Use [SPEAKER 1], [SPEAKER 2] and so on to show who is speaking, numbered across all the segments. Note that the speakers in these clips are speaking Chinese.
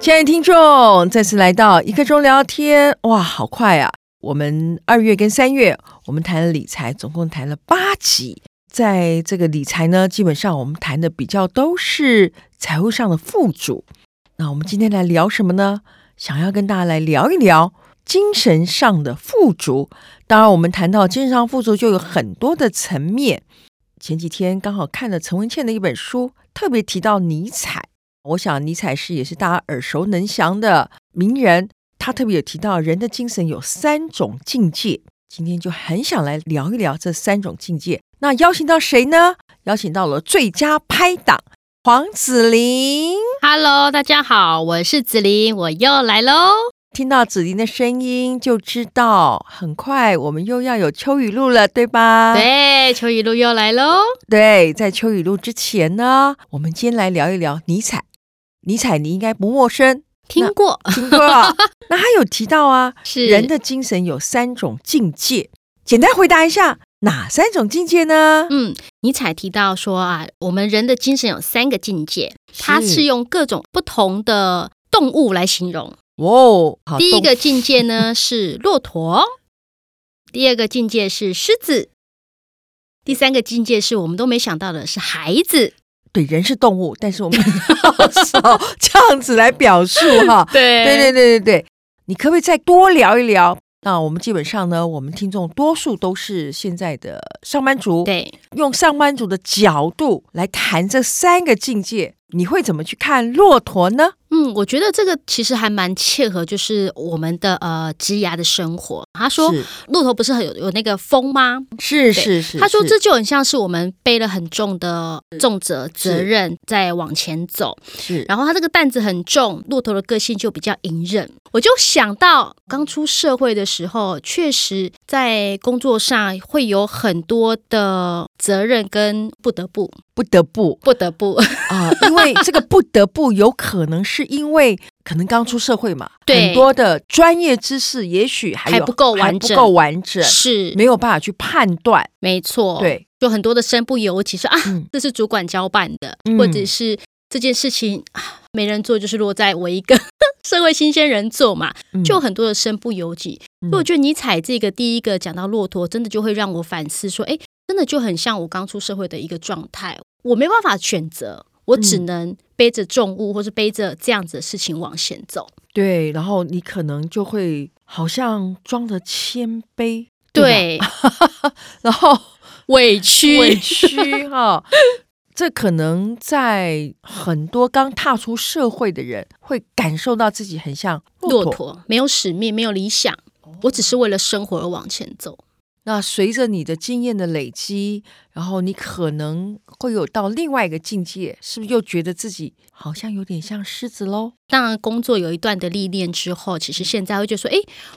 [SPEAKER 1] 亲爱的听众，再次来到一刻钟聊天，哇，好快啊！我们二月跟三月，我们谈了理财，总共谈了八集。在这个理财呢，基本上我们谈的比较都是财务上的富足。那我们今天来聊什么呢？想要跟大家来聊一聊精神上的富足。当然，我们谈到精神上富足，就有很多的层面。前几天刚好看了陈文茜的一本书，特别提到尼采。我想尼采是也是大家耳熟能详的名人，他特别有提到人的精神有三种境界。今天就很想来聊一聊这三种境界。那邀请到谁呢？邀请到了最佳拍档黄子玲。
[SPEAKER 2] Hello，大家好，我是子琳，我又来喽。
[SPEAKER 1] 听到子琳的声音就知道，很快我们又要有秋雨露了，对
[SPEAKER 2] 啊
[SPEAKER 1] 吧？
[SPEAKER 2] 对，秋雨露又来喽。
[SPEAKER 1] 对，在秋雨露之前呢，我们今天来聊一聊尼采。尼采你应该不陌生，
[SPEAKER 2] 听过
[SPEAKER 1] 听过。那他有提到啊，
[SPEAKER 2] 是
[SPEAKER 1] 人的精神有三种境界，简单回答一下，哪三种境界呢？
[SPEAKER 2] 嗯，尼采提到说啊，我们人的精神有三个境界，它是用各种不同的动物来形容。
[SPEAKER 1] 哦，好
[SPEAKER 2] 第一
[SPEAKER 1] 动
[SPEAKER 2] 个境界呢是骆驼，第二个境界是狮子，第三个境界是我们都没想到的是孩子。
[SPEAKER 1] 对人是动物，但是我们要少这样子来表述哈。
[SPEAKER 2] 对
[SPEAKER 1] 对对对对对，你可不可以再多聊一聊？那我们基本上呢，我们听众多数都是现在的上班族，，
[SPEAKER 2] 对，
[SPEAKER 1] 用上班族的角度来谈这三个境界，你会怎么去看骆驼呢？
[SPEAKER 2] 嗯，我觉得这个其实还蛮切合，就是我们的呃职涯的生活。他说，骆驼不是很有有那个风吗？
[SPEAKER 1] 是是
[SPEAKER 2] 对
[SPEAKER 1] 是是，
[SPEAKER 2] 他说
[SPEAKER 1] 是
[SPEAKER 2] 这就很像是我们背了很重的重责责
[SPEAKER 1] 是
[SPEAKER 2] 任在往前走，
[SPEAKER 1] 是
[SPEAKER 2] 然后他这个担子很重，骆驼的个性就比较隐忍。我就想到刚出社会的时候，确实在工作上会有很多的责任跟不得不
[SPEAKER 1] 不得不
[SPEAKER 2] 不得不，
[SPEAKER 1] 啊、因为这个不得不有可能是因为可能刚出社会嘛，
[SPEAKER 2] 对
[SPEAKER 1] 很多的专业知识也许还有
[SPEAKER 2] 还不够完
[SPEAKER 1] 还
[SPEAKER 2] 整
[SPEAKER 1] 不够完整，
[SPEAKER 2] 是哦
[SPEAKER 1] 没有办法去判断。
[SPEAKER 2] 没错，。
[SPEAKER 1] 对，
[SPEAKER 2] 就很多的身不由己，说啊，
[SPEAKER 1] 嗯
[SPEAKER 2] 这是主管交办的，
[SPEAKER 1] 嗯
[SPEAKER 2] 或者是这件事情、啊、没人做，就是落在我一个 社会新鲜人做嘛，
[SPEAKER 1] 嗯
[SPEAKER 2] 就很多的身不由己。
[SPEAKER 1] 嗯
[SPEAKER 2] 所以我觉得尼采这个第一个讲到骆驼，真的就会让我反思说，哎，真的就很像我刚出社会的一个状态，我没办法选择，我只
[SPEAKER 1] 嗯
[SPEAKER 2] 能背着重物，或是背着这样子的事情往前走。
[SPEAKER 1] 对，然后你可能就会好像装着谦卑，吧，
[SPEAKER 2] 对，
[SPEAKER 1] 然后
[SPEAKER 2] 委屈，
[SPEAKER 1] 委屈哈、这可能在很多刚踏出社会的人会感受到自己很像
[SPEAKER 2] 骆
[SPEAKER 1] 骆驼。哦
[SPEAKER 2] 驼，没有使命，没有理想，我只是为了生活而往前走。
[SPEAKER 1] 那随着你的经验的累积，然后你可能会有到另外一个境界，是不是又觉得自己好像有点像狮子喽？
[SPEAKER 2] 当然，工作有一段的历练之后，其实现在会觉得说，诶，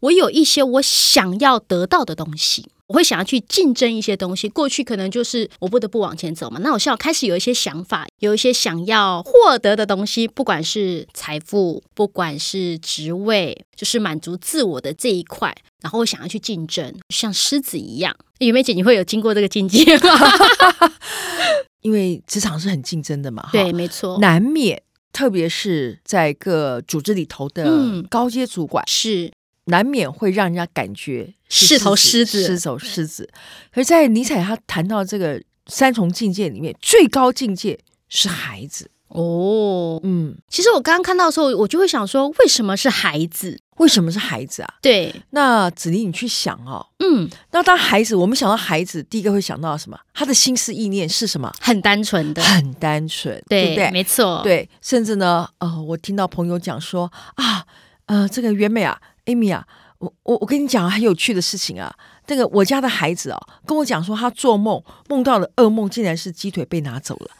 [SPEAKER 2] 我有一些我想要得到的东西，我会想要去竞争一些东西。过去可能就是我不得不往前走嘛，那我现在开始有一些想法，有一些想要获得的东西，不管是财富，不管是职位，就是满足自我的这一块，然后我想要去竞争，像狮子一样。雨梅姐，你会有经过这个境界吗？
[SPEAKER 1] 因为职场是很竞争的嘛，哈
[SPEAKER 2] 对，，没错，
[SPEAKER 1] 难免，特别是在各组织里头的
[SPEAKER 2] 嗯
[SPEAKER 1] 高阶主管，
[SPEAKER 2] 是
[SPEAKER 1] 难免会让人家感觉
[SPEAKER 2] 是头狮子
[SPEAKER 1] 是头狮子。可是，在尼采他谈到这个三重境界里面，最高境界是孩子。
[SPEAKER 2] 哦。
[SPEAKER 1] 嗯，
[SPEAKER 2] 其实我刚刚看到的时候，我就会想说，为什么是孩子？
[SPEAKER 1] 为什么是孩子啊？
[SPEAKER 2] 对，
[SPEAKER 1] 那子琳，你去想哦。
[SPEAKER 2] 嗯，
[SPEAKER 1] 那当孩子，我们想到孩子，第一个会想到什么？他的心思意念是什么？
[SPEAKER 2] 很单纯的，
[SPEAKER 1] 很单纯，
[SPEAKER 2] 对，
[SPEAKER 1] 不对？
[SPEAKER 2] 没错，，
[SPEAKER 1] 对，甚至呢，呃，我听到朋友讲说啊，呃，这个袁美啊，Amy 啊，我我我跟你讲很有趣的事情啊，那个我家的孩子哦，跟我讲说他做梦梦到的噩梦竟然是鸡腿被拿走 了，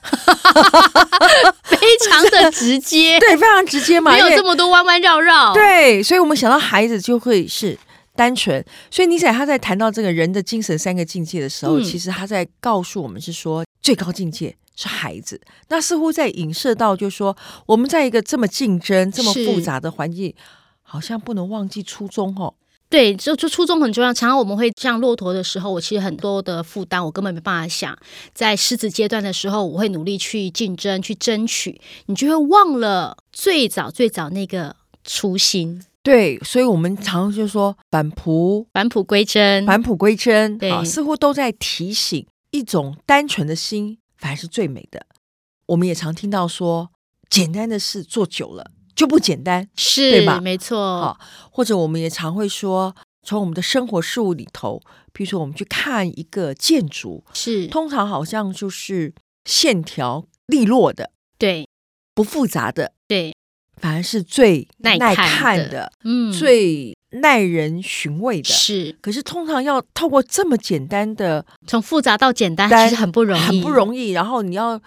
[SPEAKER 2] 非常的直 接，
[SPEAKER 1] 对，非常直接嘛，
[SPEAKER 2] 没有
[SPEAKER 1] 因为
[SPEAKER 2] 这么多弯弯绕
[SPEAKER 1] 哦
[SPEAKER 2] 绕，，
[SPEAKER 1] 对，所以我们想到孩子就会是。单纯，所以尼采他在谈到这个人的精神三个境界的时候，
[SPEAKER 2] 嗯
[SPEAKER 1] 其实他在告诉我们是说最高境界是孩子，那似乎在影射到，就是说我们在一个这么竞争、这么
[SPEAKER 2] 是
[SPEAKER 1] 复杂的环境，好像不能忘记初衷哦。
[SPEAKER 2] 对，就就初衷很重要。常常我们会像骆驼的时候，我其实很多的负担，我根本没办法想。在狮子阶段的时候，我会努力去竞争、去争取，你就会忘了最早最早那个初心，
[SPEAKER 1] 对，所以我们常就说返璞
[SPEAKER 2] 返璞归真。
[SPEAKER 1] 返璞归真，
[SPEAKER 2] 嗯对
[SPEAKER 1] 啊，似乎都在提醒一种单纯的心，反而是最美的。我们也常听到说，简单的事做久了就不简单，
[SPEAKER 2] 是
[SPEAKER 1] 对吧
[SPEAKER 2] 没错
[SPEAKER 1] 好，或者我们也常会说，从我们的生活事物里头，比如说我们去看一个建筑，
[SPEAKER 2] 是，
[SPEAKER 1] 通常好像就是线条利落的、
[SPEAKER 2] 对
[SPEAKER 1] 不复杂的，
[SPEAKER 2] 对，
[SPEAKER 1] 反而是最
[SPEAKER 2] 耐
[SPEAKER 1] 耐
[SPEAKER 2] 看
[SPEAKER 1] 看
[SPEAKER 2] 的
[SPEAKER 1] 的、
[SPEAKER 2] 嗯，
[SPEAKER 1] 最耐人寻味的。
[SPEAKER 2] 是
[SPEAKER 1] 可是通常要透过这么简单的
[SPEAKER 2] 从复杂到简单，
[SPEAKER 1] 单
[SPEAKER 2] 啊其实很不容易，
[SPEAKER 1] 很不容
[SPEAKER 2] 易。
[SPEAKER 1] 易。然后你要，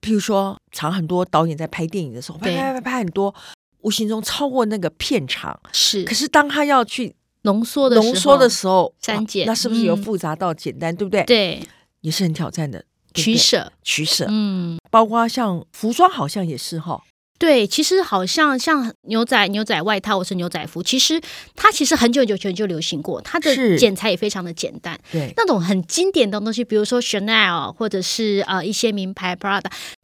[SPEAKER 1] 譬如说，常很多导演在拍电影的时候，拍
[SPEAKER 2] 对
[SPEAKER 1] 拍拍拍很多，无形中超过那个片长。
[SPEAKER 2] 是
[SPEAKER 1] 可，是当他要去
[SPEAKER 2] 浓缩的时
[SPEAKER 1] 浓缩的
[SPEAKER 2] 候
[SPEAKER 1] 时候，
[SPEAKER 2] 删
[SPEAKER 1] 哇
[SPEAKER 2] 减
[SPEAKER 1] 那是不是由
[SPEAKER 2] 嗯
[SPEAKER 1] 复杂到简单，对不对？，
[SPEAKER 2] 对
[SPEAKER 1] 也是很挑战的。对不
[SPEAKER 2] 取
[SPEAKER 1] 对
[SPEAKER 2] 舍，
[SPEAKER 1] 取舍，
[SPEAKER 2] 嗯。
[SPEAKER 1] 包括像服装，好像也是哈。
[SPEAKER 2] 对，其实好像像牛仔牛仔外套或是牛仔服，其实它其实很久很久以前就流行过，它的
[SPEAKER 1] 是
[SPEAKER 2] 剪裁也非常的简单。
[SPEAKER 1] 对，
[SPEAKER 2] 那种很经典的东西，比如说 Chanel 或者是呃一些名牌 Prada，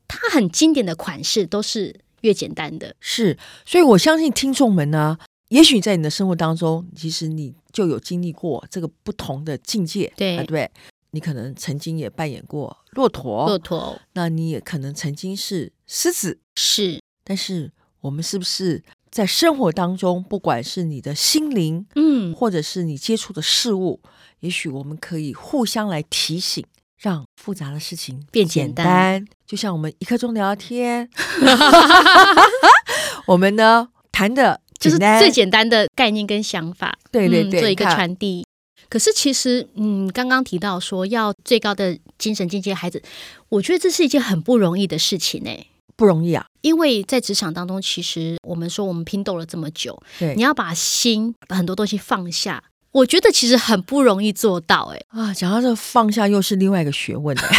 [SPEAKER 2] 它很经典的款式都是越简单的。
[SPEAKER 1] 是。所以我相信听众们呢，也许在你的生活当中，其实你就有经历过这个不同的境界，
[SPEAKER 2] 对
[SPEAKER 1] 啊、对不对。你可能曾经也扮演过骆驼，
[SPEAKER 2] 骆驼
[SPEAKER 1] 那你也可能曾经是狮子，
[SPEAKER 2] 是
[SPEAKER 1] 但是我们是不是在生活当中，不管是你的心灵，
[SPEAKER 2] 嗯
[SPEAKER 1] 或者是你接触的事物，也许我们可以互相来提醒，让复杂的事情
[SPEAKER 2] 变
[SPEAKER 1] 简
[SPEAKER 2] 简单
[SPEAKER 1] 就像我们一刻钟聊 天，我们呢谈的
[SPEAKER 2] 就是
[SPEAKER 1] 单
[SPEAKER 2] 最简单的概念跟想法，
[SPEAKER 1] 对对
[SPEAKER 2] 嗯
[SPEAKER 1] 对
[SPEAKER 2] 做一个
[SPEAKER 1] 你看
[SPEAKER 2] 传递。可是其实，嗯，刚刚提到说要最高的精神境界，孩子，我觉得这是一件很不容易的事情哎、
[SPEAKER 1] 不容易啊。
[SPEAKER 2] 因为在职场当中，其实我们说我们拼斗了这么久，
[SPEAKER 1] 对，
[SPEAKER 2] 你要把心很多东西放下，我觉得其实很不容易做到、欸。
[SPEAKER 1] 啊，讲到这个放下，又是另外一个学问、欸。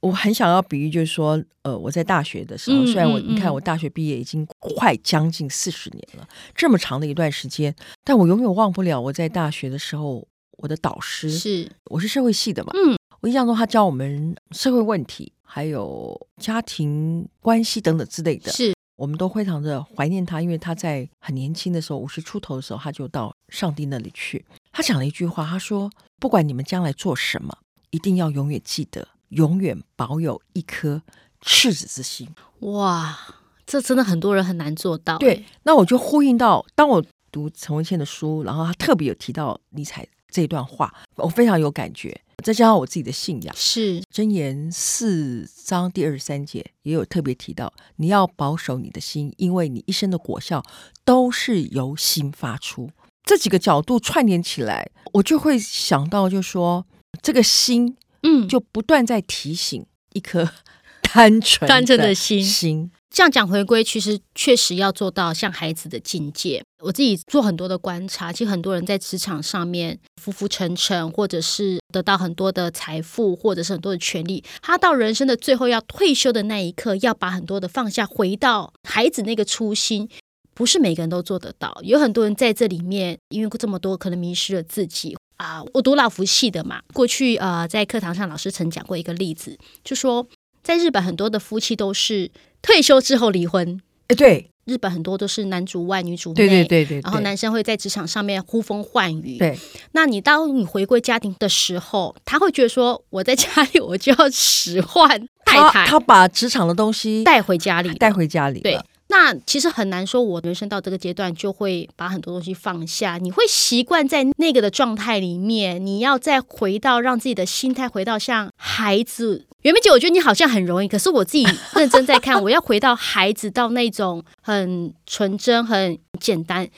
[SPEAKER 1] 我很想要比喻，就是说，呃，我在大学的时候，
[SPEAKER 2] 嗯
[SPEAKER 1] 虽然我、
[SPEAKER 2] 嗯
[SPEAKER 1] 你看
[SPEAKER 2] 嗯
[SPEAKER 1] 我大学毕业已经快将近四十年了，这么长的一段时间，但我永远忘不了我在大学的时候，我的导师，
[SPEAKER 2] 是
[SPEAKER 1] 我是社会系的嘛，
[SPEAKER 2] 嗯，
[SPEAKER 1] 我印象中他教我们社会问题，还有家庭关系等等之类的，
[SPEAKER 2] 是，
[SPEAKER 1] 我们都非常的怀念他，因为他在很年轻的时候，五十出头的时候，他就到上帝那里去。他讲了一句话，他说：“不管你们将来做什么，一定要永远记得，永远保有一颗赤子之心。
[SPEAKER 2] 哇，这真的很多人很难做到、”欸
[SPEAKER 1] 对，那我就呼应到，当我读陈文茜的书，然后他特别有提到尼采这一段话，我非常有感觉。再加上我自己的信仰，
[SPEAKER 2] 是
[SPEAKER 1] 《箴言》四章第二十三节也有特别提到，你要保守你的心，因为你一生的果效都是由心发出。这几个角度串联起来，我就会想到，就说这个心
[SPEAKER 2] 嗯，就
[SPEAKER 1] 就不断在提醒一颗 单纯
[SPEAKER 2] 单纯的心
[SPEAKER 1] 心
[SPEAKER 2] 这样讲回归，其实确实要做到像孩子的境界。我自己做很多的观察，其实很多人在职场上面浮浮沉沉，或者是得到很多的财富，或者是很多的权利，他到人生的最后要退休的那一刻，要把很多的放下，回到孩子那个初心。不是每个人都做得到，有很多人在这里面因为这么多，可能迷失了自己啊、我读老福系的嘛，过去呃在课堂上老师曾讲过一个例子，就说在日本很多的夫妻都是退休之后离婚，
[SPEAKER 1] 哎，对
[SPEAKER 2] 日本很多都是男主外女主内，
[SPEAKER 1] 对对对对，
[SPEAKER 2] 然后
[SPEAKER 1] 对
[SPEAKER 2] 男生会在职场上面呼风唤雨，
[SPEAKER 1] 对
[SPEAKER 2] 那你当你回归家庭的时候，他会觉得说我在家里我就要使唤太
[SPEAKER 1] 他
[SPEAKER 2] 太
[SPEAKER 1] 他把职场的东西
[SPEAKER 2] 带回家里了，
[SPEAKER 1] 带回家里
[SPEAKER 2] 对
[SPEAKER 1] 了，。
[SPEAKER 2] 那其实很难说，我人生到这个阶段就会把很多东西放下。你会习惯在那个的状态里面，你要再回到让自己的心态回到像孩子。嗯袁明姐，我觉得你好像很容易，可是我自己认真在看，我要回到孩子到那种很纯真、很简单。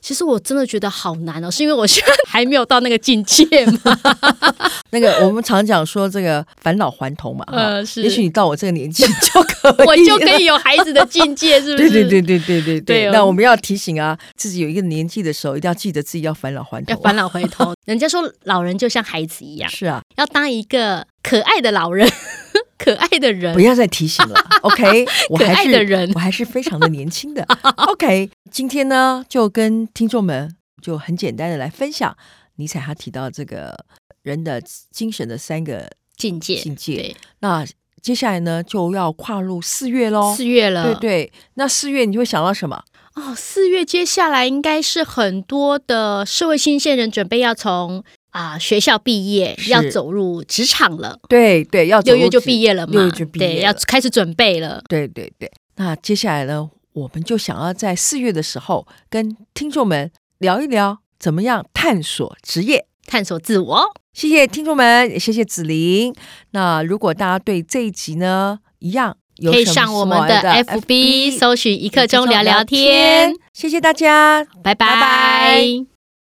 [SPEAKER 2] 其实我真的觉得好难哦，是因为我现在还没有到那个境界 嘛。
[SPEAKER 1] 那个我们常讲说这个返老还童嘛，哈
[SPEAKER 2] 呃，是，
[SPEAKER 1] 也许你到我这个年纪 就可以，
[SPEAKER 2] 我就可以有孩子的境界，是不
[SPEAKER 1] 对
[SPEAKER 2] 是？
[SPEAKER 1] 对对对对对
[SPEAKER 2] 对
[SPEAKER 1] 对。
[SPEAKER 2] 哦
[SPEAKER 1] 那我们要提醒啊，自己有一个年纪的时候，一定要记得自己要返老还童
[SPEAKER 2] 要
[SPEAKER 1] 啊。
[SPEAKER 2] 返老还童，人家说老人就像孩子一样。
[SPEAKER 1] 是啊，
[SPEAKER 2] 要当一个可爱的老人， 可爱的人
[SPEAKER 1] 不。要再提 醒了，OK？我还是
[SPEAKER 2] 可爱的人
[SPEAKER 1] 我还是非常的年轻 的，OK？今天呢，就跟听众们就很简单的来分享尼采他提到这个人的精神的三个
[SPEAKER 2] 境界，
[SPEAKER 1] 境界
[SPEAKER 2] 对，
[SPEAKER 1] 那接下来呢，就要跨入四月喽。
[SPEAKER 2] 四月了，
[SPEAKER 1] 哦对对，那四月你会想到什么？
[SPEAKER 2] 哦，四月接下来应该是很多的社会新鲜人准备要从啊、学校毕业，
[SPEAKER 1] 是
[SPEAKER 2] 要走入职场了。
[SPEAKER 1] 对对，要
[SPEAKER 2] 六月就毕
[SPEAKER 1] 业。
[SPEAKER 2] 业了嘛，
[SPEAKER 1] 六月就毕业
[SPEAKER 2] 对，
[SPEAKER 1] 了
[SPEAKER 2] 要开始准备了。
[SPEAKER 1] 对对对，那接下来呢，我们就想要在四月的时候跟听众们聊一聊怎么样探索职业。
[SPEAKER 2] 探索自我。
[SPEAKER 1] 谢谢听众们，也谢谢子玲。那如果大家对这一集呢一样有
[SPEAKER 2] 可以
[SPEAKER 1] 什么
[SPEAKER 2] 上我们
[SPEAKER 1] 所
[SPEAKER 2] 的
[SPEAKER 1] 谓的
[SPEAKER 2] FB 搜寻一
[SPEAKER 1] 一
[SPEAKER 2] 刻钟聊聊天，，
[SPEAKER 1] 谢谢大家。
[SPEAKER 2] 拜
[SPEAKER 1] 拜
[SPEAKER 2] 拜
[SPEAKER 1] 拜